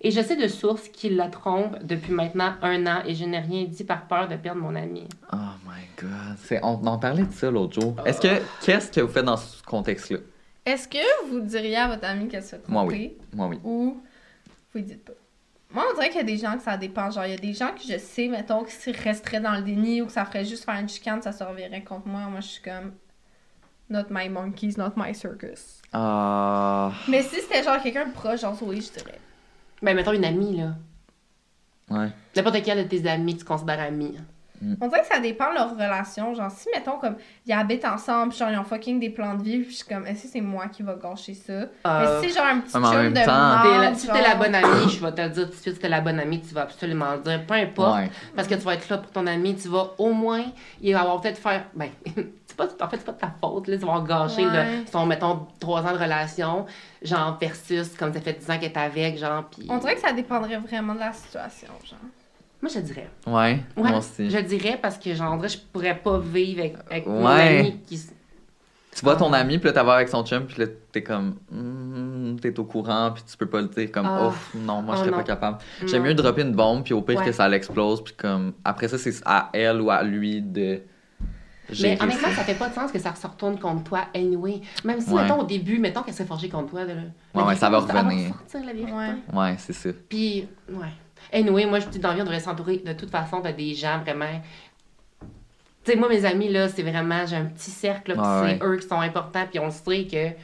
Et je sais de source qu'il la trompe depuis maintenant un an et je n'ai rien dit par peur de perdre mon ami. Oh my god. C'est- On en parlait de ça l'autre jour. Est-ce que. Qu'est-ce que vous faites dans ce contexte-là? Est-ce que vous diriez à votre amie qu'elle se fait tromper? Moi, oui. Moi, oui. ou vous ne dites pas. Moi, on dirait qu'il y a des gens que ça dépend. Genre, il y a des gens que je sais, mettons, qui resteraient dans le déni ou que ça ferait juste faire une chicane, ça se reverrait contre moi. Moi, je suis comme, not my monkeys, not my circus. Ah. Mais si c'était genre quelqu'un de proche, genre, oui, je dirais. Ben, mettons une amie, là. Ouais. N'importe quel de tes amis que tu considères ami. Mm. On dirait que ça dépend de leur relation. Genre, si, mettons, comme, ils habitent ensemble, puis genre, ils ont fucking des plans de vie, puis je suis comme, est-ce que c'est moi qui va gâcher ça? Euh, mais si, genre, un petit Ouais, mais en chum même de temps- T'es marde, la- si t'es la Ah, genre- bonne amie, je vais te le dire tout de suite, si t'es la bonne amie, tu vas absolument le dire, peu importe, Ouais. parce que tu vas être là pour ton ami, tu vas au moins, il va avoir peut-être faire, ben, c'est pas, en fait, c'est pas de ta faute, là, tu vas gâcher, là, Ouais. son, mettons, trois ans de relation, genre, versus, comme ça fait dix ans qu'elle est avec, genre, puis... On dirait que ça dépendrait vraiment de la situation, genre. Moi, je dirais. Ouais, Ouais, moi aussi. je dirais, parce que, genre, on dirait que je pourrais pas vivre avec, avec mon Ouais. ami qui... s- Tu vois ton ami, puis là, t'as voir avec son chum, puis là, t'es comme, Hmm, t'es au courant, puis tu peux pas le dire, comme, Ah. ouf, non, moi, je Oh, serais non. pas capable. J'aime Non. mieux dropper une bombe, puis au pire Ouais. que ça l'explose, puis comme, après ça, c'est à elle ou à lui de. Mais gérer en même temps, ça. ça fait pas de sens que ça se retourne contre toi anyway. Même si, Ouais. mettons, au début, mettons qu'elle s'est forgée contre toi. Là, Ouais, ouais, ça va revenir. sortir la vérité. Ouais. Ouais, c'est ça. Puis, ouais. Anyway, moi, je dis dans la vie, on devrait s'entourer de toute façon de des gens vraiment. Tu sais, moi, mes amis, là, c'est vraiment. J'ai un petit cercle, là, puis Ouais, c'est eux qui sont importants, puis on le sait que. tu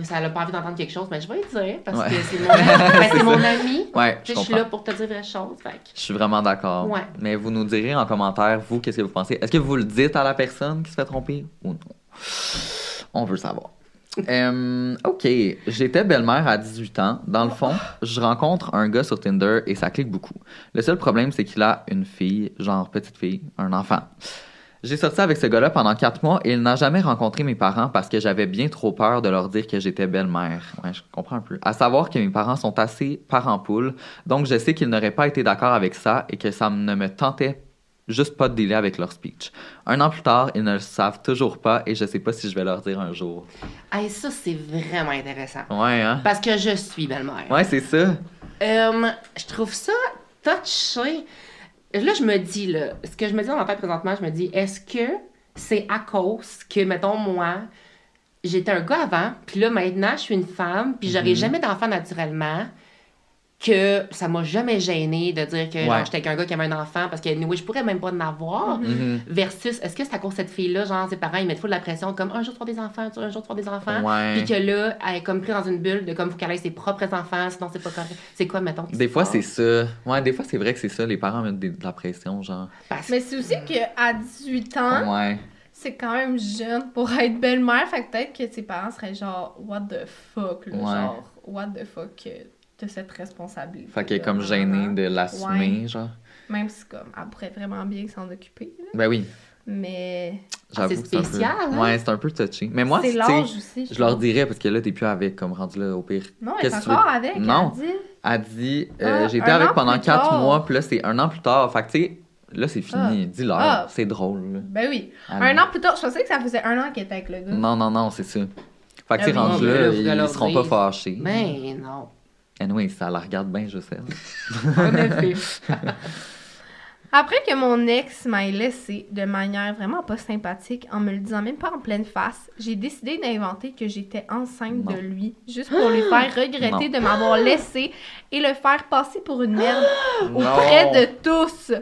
sais, Ça n'a pas envie d'entendre quelque chose, mais je vais le dire parce Ouais. que c'est mon, ben, c'est mon ami. Ouais, Tu je sais, je suis là comprends. pour te dire les choses. Fait que- Je suis vraiment d'accord. Ouais. Mais vous nous direz en commentaire, vous, qu'est-ce que vous pensez. Est-ce que vous le dites à la personne qui se fait tromper ou non? On veut savoir. Euh, ok, j'étais belle-mère à 18 ans. Dans le fond, je rencontre un gars sur Tinder et ça clique beaucoup. Le seul problème, c'est qu'il a une fille, genre petite fille, un enfant. J'ai sorti avec ce gars-là pendant quatre mois et il n'a jamais rencontré mes parents parce que j'avais bien trop peur de leur dire que j'étais belle-mère. Ouais, je comprends un peu. À savoir que mes parents sont assez parents poules, donc je sais qu'ils n'auraient pas été d'accord avec ça et que ça ne me tentait juste pas de délai avec leur speech. Un an plus tard, ils ne le savent toujours pas et je sais pas si je vais leur dire un jour. Hey, ça, c'est vraiment intéressant. Ouais, hein? Ben, Parce que je suis belle-mère. Ouais, c'est ça. Euh, je trouve ça touché. Là, je me dis, là, ce que je me dis dans ma tête présentement, je me dis, est-ce que c'est à cause que, mettons, moi, j'étais un gars avant, puis là, maintenant, je suis une femme, puis Mhm. j'aurai jamais d'enfant naturellement, que ça m'a jamais gêné de dire que genre, Ouais. Mhm. j'étais avec un gars qui avait un enfant, parce que, oui, je pourrais même pas en avoir, versus, est-ce que c'est à cause de cette fille-là, genre, ses parents, ils mettent full la pression, comme, un jour, tu vas avoir des enfants, un jour, tu vas avoir des enfants, Ouais. puis que là, elle est comme prise dans une bulle de comme faut qu'elle ait ses propres enfants, sinon c'est pas correct. C'est quoi, mettons? qui Des se fois, passe? c'est ça. Ouais, des fois, c'est vrai que c'est ça. Les parents mettent des- de la pression, genre. Parce- Mais c'est aussi qu'à 18 ans, Ouais. c'est quand même jeune pour être belle-mère. Fait que peut-être que tes parents seraient genre, what the fuck, là, Ouais. genre, what the fuck euh, de cette responsabilité. Fait qu'elle est comme gênée de l'assumer, genre. Même si, comme, elle pourrait vraiment bien s'en occuper, là. Ben oui. Mais. J'avoue c'est que un peu- spécial, hein? Ouais, c'est un peu touché. Mais moi, c'est tu l'âge sais, aussi. je leur dirais parce que là, t'es plus avec, comme rendu là, au pire. Non, elle est qu'est-ce que tu encore veux- avec. Non. Elle dit. Elle dit, euh, Ah, j'étais un avec an pendant plus quatre tard. mois, puis là, c'est un an plus tard. Fait que, tu sais, là, c'est fini. Ah. Dis-leur. Ah. C'est drôle. là. Ben oui. Ah, Un an plus tard, je pensais que ça faisait un an qu'elle était avec le gars. Non, non, non, c'est ça. Fait que, tu sais, Mm. Ah oui. Ben. rendu Mais là, là, vous allez ils leur seront dire. pas fâchés. Mais non. Anyway, ça la regarde bien, je sais. En effet. Après que mon ex m'ait laissé de manière vraiment pas sympathique, en me le disant même pas en pleine face, j'ai décidé d'inventer que j'étais enceinte Non. de lui, juste pour lui faire regretter de m'avoir laissé et le faire passer pour une merde auprès de tous.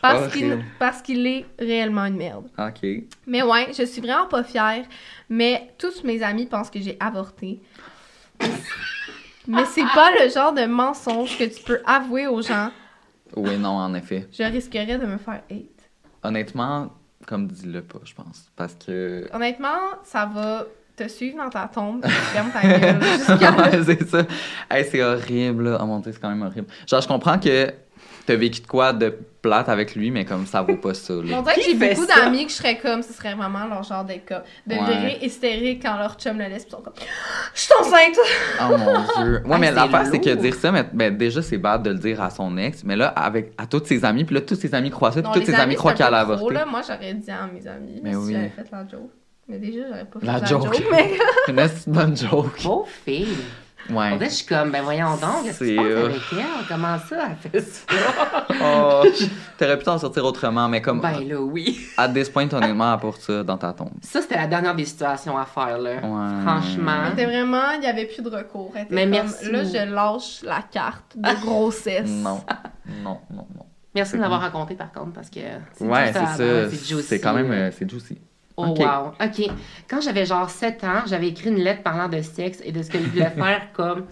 Parce qu'il Horrible. parce qu'il est réellement une merde. OK. Mais ouais, je suis vraiment pas fière, mais tous mes amis pensent que j'ai avorté. mais c'est pas le genre de mensonge que tu peux avouer aux gens. Oui, non, en effet. Je risquerais de me faire hate. Honnêtement, comme dis-le pas, je pense. Parce que. Honnêtement, ça va te suivre dans ta tombe, puis ferme ta gueule jusqu'à Ouais, c'est ça. Hey, c'est horrible, là. Oh mon dieu, c'est quand même horrible. Genre, je comprends que t'as vécu de quoi de plate avec lui, mais comme ça vaut pas ça, On là. dirait que Qui j'ai fait beaucoup ça? d'amis que je serais comme, ce serait vraiment leur genre d'être comme, de Ouais. virer hystérique quand leur chum le laisse, pis ils sont comme, je suis enceinte! Oh mon dieu. Ouais, Hey, mais c'est l'affaire, c'est que lourd. dire ça, mais, ben, déjà, c'est bad de le dire à son ex, mais là, avec, à tous ses amis, puis là, tous ses amis croient ça, puis Non, tous les ses amis, croient c'est un qu'elle a peu trop, avorté. là. Moi, j'aurais dit à mes amis, Mais si oui. j'avais fait la joke. Mais déjà, j'aurais pas fait La la, joke. joke. mais- Une assez bonne joke. Pauvre fille. Ouais. En vrai, je suis comme, ben voyons donc, qu'est-ce qui se C'est, euh, passe avec elle? Comment ça, elle fait ça? Oh, t'aurais pu t'en sortir autrement, mais comme, ben là, oui. à this point, honnêtement, apporte ça dans ta tombe. Ça, c'était la dernière des situations à faire, là. Ouais. Franchement. C'était vraiment, il n'y avait plus de recours. Elle était Mais comme, merci. Là, je lâche la carte de grossesse. Non. Non, non, non. Merci de l'avoir raconté, par contre, parce que... c'est Ouais, juste à- c'est ça. Ah, ben c'est juicy. C'est quand même. euh, c'est juicy. Oh Ok. wow, ok. Quand j'avais genre 7 ans, j'avais écrit une lettre parlant de sexe et de ce que je voulais faire comme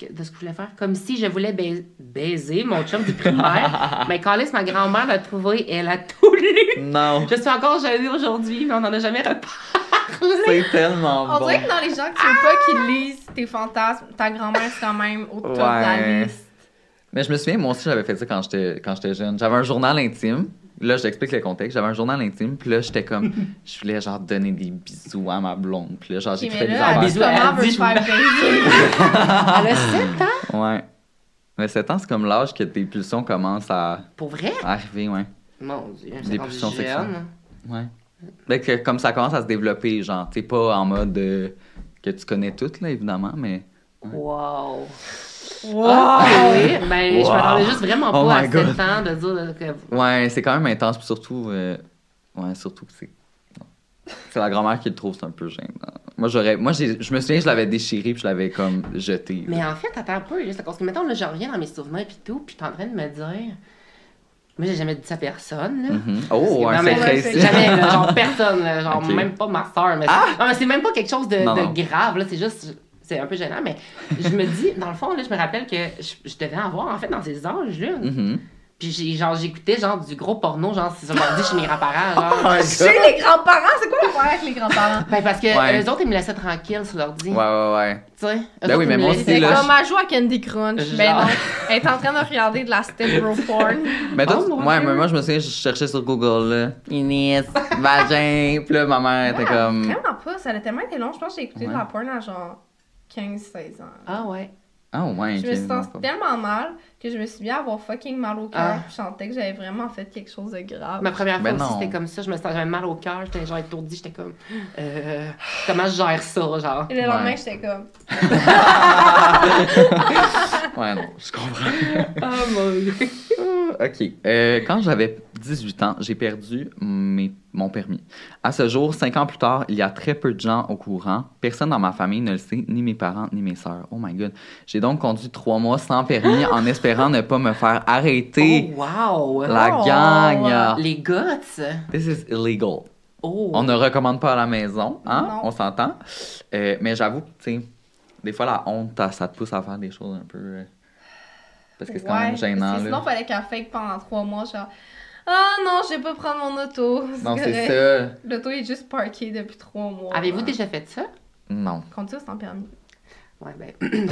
que- de ce que je voulais faire. Comme si je voulais bais- baiser mon chum du primaire. Mais Calice, ma grand-mère l'a trouvé, elle a tout lu. Non, Je suis encore gênée aujourd'hui, mais on n'en a jamais reparlé. c'est tellement On bon. dirait que dans les gens qui veulent pas qu'ils lisent tes fantasmes, ta grand-mère c'est quand même au top de la Ouais. liste. Mais je me souviens, moi aussi, j'avais fait ça quand j'étais quand j'étais jeune. J'avais un journal intime. Là, je t'explique le contexte. J'avais un journal intime, puis là, j'étais comme, je voulais genre donner des bisous à ma blonde. Puis là, genre, Qui j'écrivais met des là, affaires. elle dit Bisous, comment elle veut dit, se faire baiser. Elle a 7 ans. Ouais. Mais 7 ans, c'est comme l'âge que tes pulsions commencent à Pour vrai? à arriver, ouais. Mon Dieu, Des c'est rendu pulsions jeune. sexuelles. Ouais. Fait que comme ça commence à se développer, genre, t'es pas en mode euh, que tu connais tout, là, évidemment, mais. Wow. Wow! Ah oui, ben, je Wow. m'attendais juste vraiment Oh pas à my God. 7 ans de dire là, que Ouais, c'est quand même intense, puis surtout. euh, Ouais, surtout que c'est. non. C'est la grand-mère qui le trouve, c'est un peu gênant. Moi, j'aurais. Moi, j'ai- je me souviens, je l'avais déchiré, puis je l'avais comme jeté. Mais en fait, attends un peu, juste parce que mettons, là, je reviens dans mes souvenirs puis tout, puis t'es en train de me dire. Moi, j'ai jamais dit ça à personne, là. Mhm. Oh, Parce un que- non, secret mais ici. Jamais, là, genre personne, là, genre Ok. Ah! même pas ma soeur. Mais Non, mais c'est même pas quelque chose de, Non, de non. grave, là, c'est juste. C'est un peu gênant, mais je me dis, dans le fond, là, je me rappelle que je, je devais avoir, en fait, dans ces âges-là. Mhm. Puis j'ai- genre, j'écoutais, genre, du gros porno, genre, sur mon ordi chez mes grands-parents, genre. Chez les grands-parents, c'est quoi l'affaire avec les grands-parents? Ben, parce que Ouais. eux autres, ils me laissaient tranquille sur l'ordi. Ouais, ouais, ouais. Tu sais. Ben Eux oui, autres, ils mais me moi laissaient- C'est C'est là, comme à jouer à Candy Crunch. Genre. Ben non, elle est en train de regarder de la step bro porn. Mais toi, Oh, tu- mon ouais, Dieu. mais moi, je me souviens, je cherchais sur Google, là. Inès, vagin, puis là, ma mère était comme. Vraiment pas, ça a tellement été long. Je pense que j'ai écouté de la porn à genre 15-16 ans. Ah ouais. Ah, ouais, Je me suis ok, non, sentie c'est pas- tellement mal que je me suis bien avoir fucking mal au cœur. Ah. Je sentais que j'avais vraiment fait quelque chose de grave. Ma première fois Ben aussi, non. c'était comme ça. Je me sentais j'avais mal au cœur. J'étais genre étourdie. J'étais comme, euh, comment je gère ça, genre? Et le lendemain, Ouais. j'étais comme. Ouais, non, je comprends. Oh mon dieu. OK. Euh, quand j'avais 18 ans, j'ai perdu mes- mon permis. À ce jour, 5 ans plus tard, il y a très peu de gens au courant. Personne dans ma famille ne le sait, ni mes parents, ni mes sœurs. Oh my God. J'ai donc conduit 3 mois sans permis en espérant ne pas me faire arrêter. wow. La Oh. gagne! Les guts. This is illegal. Oh. On ne recommande pas à la maison, hein? Non. On s'entend. Euh, mais j'avoue que, tu sais, des fois, la honte, ça- ça te pousse à faire des choses un peu... euh, Parce que c'est quand ouais, même gênant, parce que là. Sinon, fallait qu'elle fake pendant trois mois, genre. Ah non, je vais pas prendre mon auto. Non, c'est correct. ça. L'auto est juste parkée depuis trois mois. Avez-vous déjà fait ça? Non. Conduire sans permis. Ah, Ouais, ben. Elle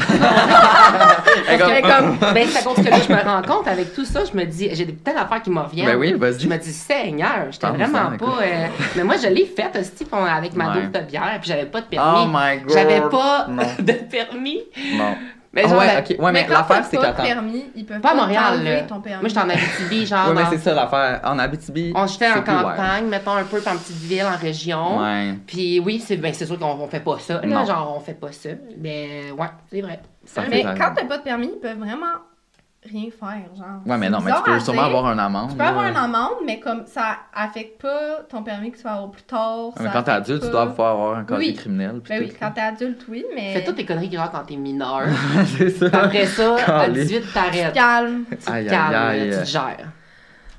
Parce que, comme- comme, ben, c'est à cause que là, je me rends compte avec tout ça. Je me dis, j'ai des telles affaires qui m'en reviennent. Ben oui, vas-y. Je me dis, Seigneur, j'étais Parle-nous-en, vraiment écoute. pas. euh, Mais moi, je l'ai faite aussi pon- avec ma Ouais. double de bière, puis j'avais pas de permis. Oh my God. J'avais pas Non. de permis. Non. Mais Ah genre, ouais, la- ok. Ouais, mais, quand l'affaire, t'as c'est pas de qu'attends. permis, ils peuvent Pas à Montréal, là. t'enlever ton permis. Moi, j'étais en Abitibi, genre. Ouais, mais dans- c'est ça l'affaire. En Abitibi. On jetait en c'est plus wild. campagne, mettons un peu, puis en petite ville, en région. Ouais. Puis oui, c'est ben, c'est sûr qu'on on fait pas ça. Là, Non. genre, on fait pas ça. Mais ouais, c'est vrai. Hein? Ça fait Mais mal. quand t'as pas de permis, ils peuvent vraiment rien faire, genre. Ouais, mais C'est non, mais tu bizarre à peux sûrement dire. avoir un amende. Tu peux avoir là. une amende, mais comme ça affecte pas ton permis que tu vas avoir plus tard. Mais ça quand t'es affecte adulte, tu pas- dois pouvoir avoir un casier Oui. criminel. puis Ben tout, oui, quand t'es adulte, oui, mais. Fais toutes tes conneries genre quand t'es mineur. là. c'est ça. Après ça, à Calé. 18, t'arrêtes. Calme. Tu te Aïe, aïe, calmes, aïe. tu te gères.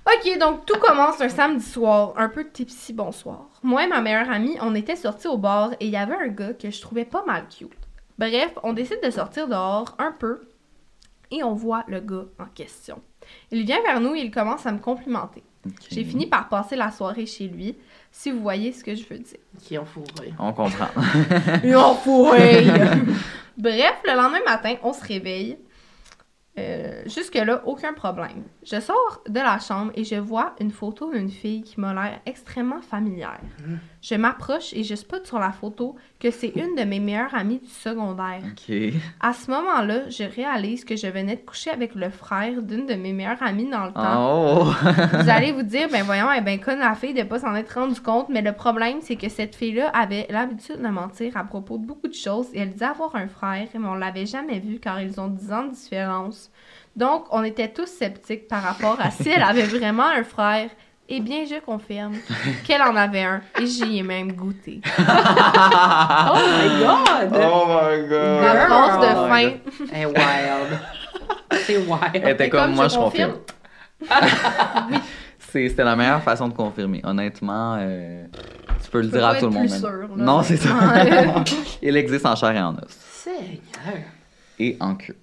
Ok, donc tout commence un samedi soir, un peu de tipsy bonsoir. Moi et ma meilleure amie, on était sortis au bar et il y avait un gars que je trouvais pas mal cute. Bref, on décide de sortir dehors un peu et on voit le gars en question. Il vient vers nous et il commence à me complimenter. Ok. J'ai fini par passer la soirée chez lui, si vous voyez ce que je veux dire. Qui ont fourré. On comprend. Ils ont fourré. Bref, le lendemain matin, on se réveille. Euh, Jusque-là, aucun problème. Je sors de la chambre et je vois une photo d'une fille qui m'a l'air extrêmement familière. Je m'approche et je spot sur la photo que c'est une de mes meilleures amies du secondaire. OK. À ce moment-là, je réalise que je venais de coucher avec le frère d'une de mes meilleures amies dans le temps. Oh! Vous allez vous dire, ben voyons, elle est bien conne la fille de pas s'en être rendue compte, mais le problème, c'est que cette fille-là avait l'habitude de mentir à propos de beaucoup de choses et elle disait avoir un frère, mais on l'avait jamais vu car ils ont 10 ans de différence. Donc, on était tous sceptiques par rapport à si elle avait vraiment un frère. Eh bien, je confirme qu'elle en avait un et j'y ai même goûté. Ah! Oh my god! Oh! my God! La France de Oh my fin. C'est wild. c'est Elle wild. était Et comme, comme moi, je je confirme. confirme. C'est- C'était la meilleure façon de confirmer. Honnêtement, euh, tu peux le peux dire à pas tout être le monde. plus même. sûre, là. non, c'est ça. Il existe en chair et en os. Seigneur. et en queue.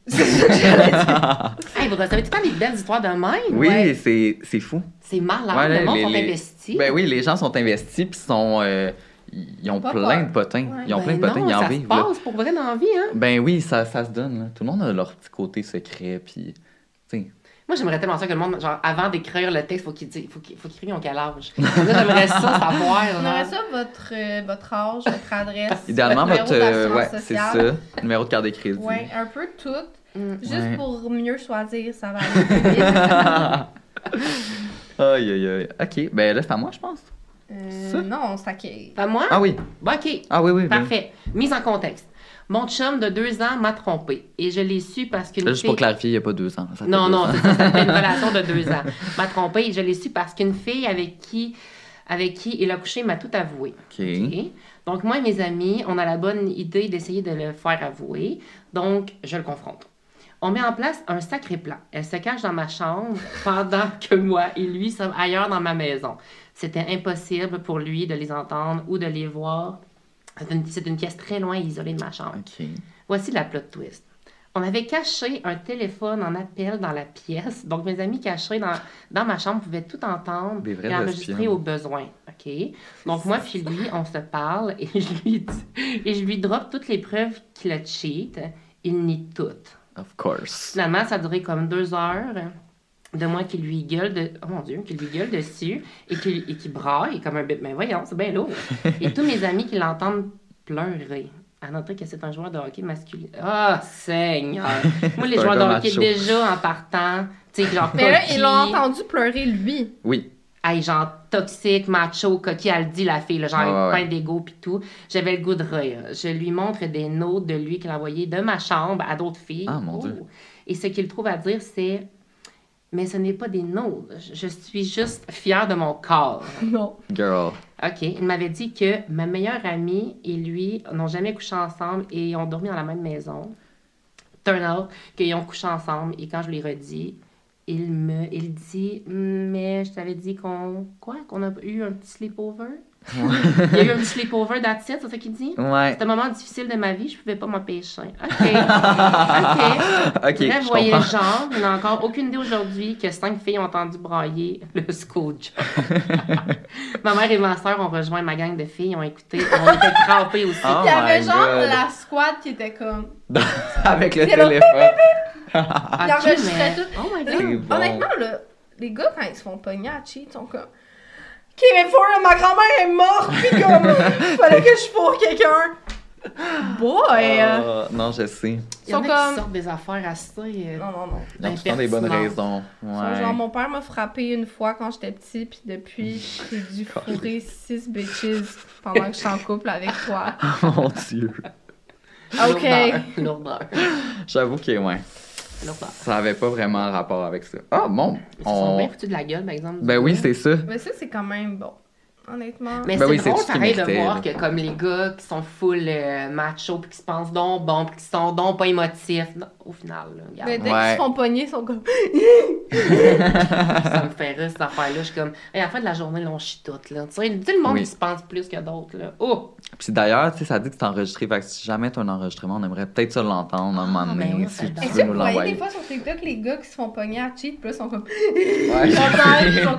Hey, vous recevez tout le temps des belles histoires de même. Oui, Ouais. c'est c'est fou. C'est malade. Ouais, là, le monde les- sont les- investis. Ben oui, les gens sont investis puis sont euh, ils ont Pas plein peur. de potins. Ouais, ils ont ben plein de potins, non, ils en ça vivent. se là. passe pour vrai dans la vie, hein? Ben oui, ça, ça se donne. là. Tout le monde a leur petit côté secret puis tu sais. Moi, j'aimerais tellement ça que le monde, genre, avant d'écrire le texte, faut qu'il dise- faut qu'il faut qu'il écrive en quel âge. Là, j'aimerais ça savoir. genre. J'aimerais ça votre, euh, votre âge, votre adresse. Idéalement votre votre numéro euh, d'assurance ouais, c'est sociale. ça, numéro de carte de crédit. Ouais, un peu tout. Mm. Juste Ouais. pour mieux choisir, ça va aller. plus vite. aïe aïe aïe. OK, ben là c'est à moi je pense. Euh, Ça? non, on s'accueille. Pas Ben, moi? Ah oui. Bon, OK. Ah oui oui. ben oui. Parfait. Mise en contexte. Mon chum de deux ans m'a trompé et je l'ai su parce qu'une Là, fille... juste pour clarifier, il n'y a pas deux ans. ça fait Non, deux non, ans. c'est ça, ça fait une relation de deux ans. M'a trompé et je l'ai su parce qu'une fille avec qui, avec qui il a couché m'a tout avoué. OK. OK? Donc, moi et mes amis, on a la bonne idée d'essayer de le faire avouer. Donc, je le confronte. On met en place un sacré plan. Elle se cache dans ma chambre pendant que moi et lui sommes ailleurs dans ma maison. C'était impossible pour lui de les entendre ou de les voir. C'est une, c'est une pièce très loin et isolée de ma chambre. OK. Voici la plot twist. On avait caché un téléphone en appel dans la pièce. Donc, mes amis cachés dans, dans ma chambre pouvaient tout entendre Des vrais et enregistrer espionnes. au besoin. OK? Donc, moi puis lui, on se parle et je lui, dis- et je lui drop toutes les preuves qu'il a cheat. Il nie toutes. Of course. Finalement, ça a duré comme deux heures de moi qui lui gueule de... Oh mon Dieu, qui lui gueule dessus et qui, et qui braille comme un bébé. Mais voyons, c'est bien lourd. Et tous mes amis qui l'entendent pleurer. À noter que c'est un joueur de hockey masculin. Ah, Seigneur! Moi, les C'est un joueurs de gars hockey, macho. déjà, en partant, tu sais, genre Mais là, ils coquille. l'ont entendu pleurer, lui. Oui. Hey, genre toxique, macho, coquille, elle le dit la fille, là, genre Ouais, ouais, plein ouais. d'ego pis tout. J'avais le goût de rire. Je lui montre des notes de lui qu'il a envoyées de ma chambre à d'autres filles. Oh. Ah, mon Dieu. Et ce qu'il trouve à dire, c'est Mais ce n'est pas des notes. Je- Je suis juste fière de mon corps. Non. Girl. OK. Il m'avait dit que ma meilleure amie et lui n'ont jamais couché ensemble et ont dormi dans la même maison. Turn out qu'ils ont couché ensemble et quand je lui redis, il me il dit Hum, mais je t'avais dit qu'on quoi qu'on a eu un petit sleepover. il y a eu un petit sleepover that's it, c'est ça qu'il dit. Ouais. C'est un moment difficile de ma vie, je pouvais pas m'empêcher. OK. OK. OK, Bref, je voyez le comprends. genre, il n'a encore aucune idée aujourd'hui que cinq filles ont entendu brailler le scotch. ma mère et ma soeur ont rejoint ma gang de filles, ont écouté, on était crampés aussi. Ah. Oh Il y avait my genre God. la squad qui était comme. Avec le C'est bon. téléphone. Ah, Ils ok, enregistraient mais- tout. Oh my Les- god. C'est bon. Honnêtement, là, les gars, quand ils se font pogner à cheat, ils sont comme. Ok, mais for real, ma grand-mère est morte, pis comme. fallait que je fourre quelqu'un. Boy! euh, Ah, non, je sais. Il y en Ils sont a qui comme- sortent des affaires euh, à ça. et- Non, non, non. Ils ont tout le temps des bonnes Impertinent. raisons. Ils sont Genre, Ouais. mon père m'a frappé une fois quand j'étais petit, puis depuis, j'ai dû fourrer six bitches pendant que je suis en couple avec toi. Ah, Mon Dieu. Ok. Lourdeur, Lourdeur. J'avoue que, ouais. Lourdeur. Ça avait pas vraiment rapport avec ça. Ah, bon. Ils se sont bien On... foutus de la gueule, par exemple. Ben oui, c'est ça. Mais ça, c'est quand même bon. Honnêtement. Mais Ben c'est oui, c'est drôle tout ce qu'ils pareil de méritaient, voir là. que comme les gars qui sont full euh, macho puis qui se pensent donc bon puis qui sont donc pas émotifs non, au final là, regarde, Mais dès qu'ils Ouais. se font pogner, ils sont comme. ça me fait rire cette affaire là je suis comme hey, à la fin de la journée là, on chie toutes là tu sais tu sais, le monde Oui. qui se pense plus que d'autres là oh Puis d'ailleurs, tu sais, ça dit que c'est enregistré. Fait que si jamais t'as un enregistrement, on aimerait peut-être ça l'entendre un Ah, moment ben donné. oui, si ça tu Est-ce veux que vous nous voyez des l'envoyer. fois sur TikTok les gars qui se font pogner à cheat, puis là, ils sont comme. Ouais. Ils sont comme- ils sont comme.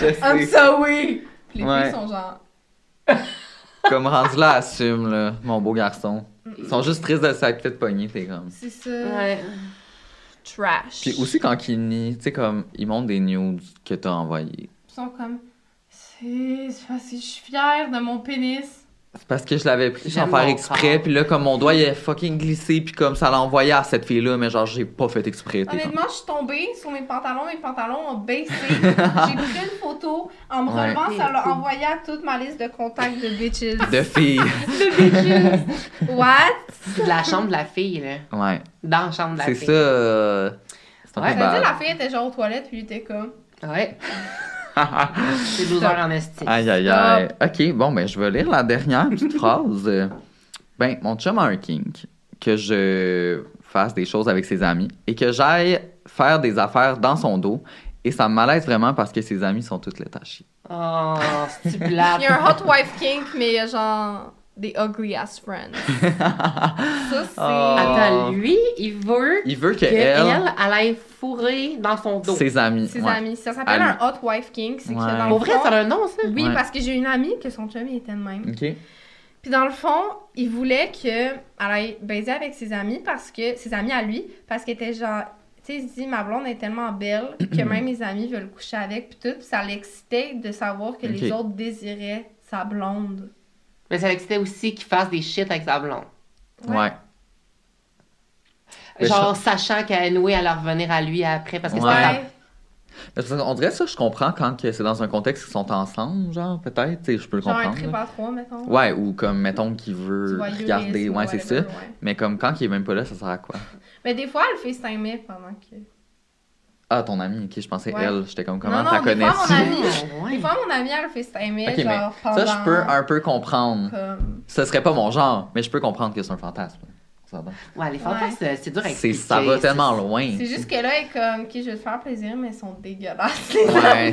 I'm Je sais. sorry! Puis les Ouais. filles sont genre. Comme rendu là, assume, là, mon beau garçon. Ils sont juste tristes de sa fait pognée, t'es comme. C'est ça. ouais Trash. Puis aussi, quand ils nient, tu sais, comme, ils montrent des nudes que t'as envoyées. Ils sont comme. C'est c'est parce que je suis fière de mon pénis. C'est parce que je l'avais pris sans J'aime faire mon exprès, corps. puis là, comme mon doigt, il a fucking glissé, puis comme ça l'a envoyé à cette fille-là, mais genre, j'ai pas fait Ah, exprès, t'es comme. Honnêtement, je suis tombée sur mes pantalons, mes pantalons ont baissé. J'ai pris une photo. En me Ouais. relevant, ça l'a envoyé à toute ma liste de contacts de bitches. De fille. de bitches. What? de la chambre de la fille là Ouais. dans la chambre de la C'est fille ça. euh, C'est un Ouais, peu Ça veut bad. dire, la fille était genre aux toilettes, puis il était comme. ouais c'est loser en estime Aïe, aïe, aïe. OK, bon, ben, je vais lire la dernière petite phrase. Euh, Ben, mon chum a un kink. Que je fasse des choses avec ses amis et que j'aille faire des affaires dans son dos. Et ça me malaise vraiment parce que ses amis sont toutes les tachées. oh Il c'est y a plate un hot wife kink, mais il y a genre. des ugly ass friends. Ça, c'est. Ah. Oh. Attends, lui, il veut Il veut que qu'elle elle- elle aille fourrer dans son dos. Ses amis. Ses ouais. amis. Ça s'appelle Amis. un hot wife king. C'est que Ouais. dans le Pour vrai, fond- ça a un nom, ça? Oui, Ouais. parce que j'ai une amie que son chum il était de même. Ok. Puis dans le fond, il voulait qu'elle aille baiser avec ses amis parce que ses amis à lui, parce qu'elle était genre. Tu sais, il se dit, ma blonde est tellement belle que même mes amis veulent coucher avec, puis tout. Puis ça l'excitait de savoir que les Ok. autres désiraient sa blonde. Mais ça l'excitait aussi qu'il fasse des shit avec sa blonde. Ouais. Mais Genre, sachant qu'à Noé allait revenir à lui après parce que Ouais. c'était sa- Parce que On dirait ça, je comprends quand que c'est dans un contexte qu'ils sont ensemble, genre, peut-être, tu sais, je peux le Genre un comprendre. trip là. à trois, mettons. Ouais, ou comme, mettons, qu'il veut Du voyeurisme, regarder, ouais, c'est ça. whatever, ouais. Mais comme quand il est même pas là, ça sert à quoi? Mais des fois, elle fait 5 mai pendant que. Ah, ton ami, ok, je pensais Ouais. elle, j'étais comme, comment non, t'as non, des connais fois, mon ami, Ouais. des fois, mon ami, elle fait 5 mai, Ok, mais genre pendant. ça, je peux un peu comprendre. Comme... Ce serait pas mon genre, mais je peux comprendre que c'est un fantasme. Ça va. Ouais, les fantasmes, c'est dur à C'est- expliquer. Ça va c'est- tellement loin. C'est juste que là, elle est comme, ok, je vais te faire plaisir, mais ils sont dégueulasses. Ouais.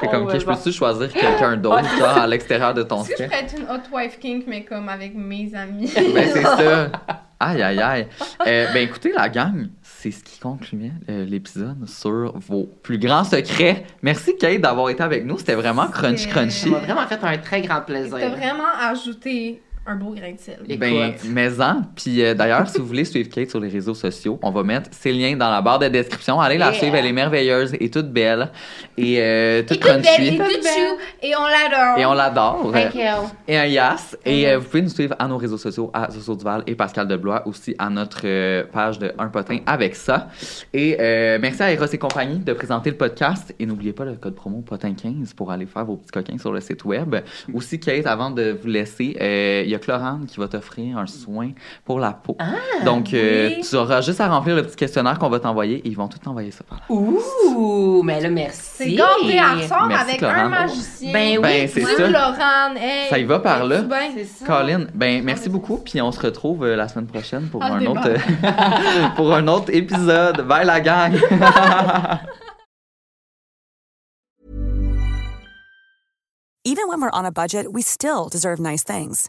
C'est comme, Oh, ok, je ouais, peux-tu choisir quelqu'un d'autre, genre, à l'extérieur de ton Est-ce que je cercle? pourrais être une hot wife kink, mais comme avec mes amis? Ben, c'est ça. Aïe, aïe, aïe. Euh, ben, écoutez, la gang, c'est ce qui concluait euh, l'épisode sur vos plus grands secrets. Merci, Kate, d'avoir été avec nous. C'était vraiment crunchy, C'est- Ça crunchy. m'a vraiment fait un très grand plaisir. T'as vraiment ajouté un beau grain de sel. Écoute. Ben, mais-en. Puis euh, d'ailleurs, si vous voulez suivre Kate sur les réseaux sociaux, on va mettre ses liens dans la barre de description. Allez la Yeah. suivre, elle est merveilleuse et toute belle. Et euh, toute toute belle, crunchy. et toute chou, et on l'adore. Et on l'adore. Ah. Thank you. Mm-hmm. et un yes. Et euh, vous pouvez nous suivre à nos réseaux sociaux, à Soso Duval et Pascal Deblois, aussi à notre euh, page de Un Potin avec ça. Et euh, merci à Eros et compagnie de présenter le podcast. Et n'oubliez pas le code promo Potin15 pour aller faire vos petits coquins sur le site web. Aussi, Kate, avant de vous laisser, euh, il y a Chlorane qui va t'offrir un soin pour la peau. Ah, Donc, euh, oui. tu auras juste à remplir le petit questionnaire qu'on va t'envoyer et ils vont tout t'envoyer ça par là. Ouh, mais là, merci. C'est gâté à ressort Merci, avec Laurent. un magicien. Ben Ben, c'est ça. Laurent, hey, Ça y va par là. tu bien? C'est ça. Colin, ben merci beaucoup, puis on se retrouve euh, la semaine prochaine pour Ah, un t'es autre pour un autre épisode. Bye la gang. Even when we're on a budget, we still deserve nice things.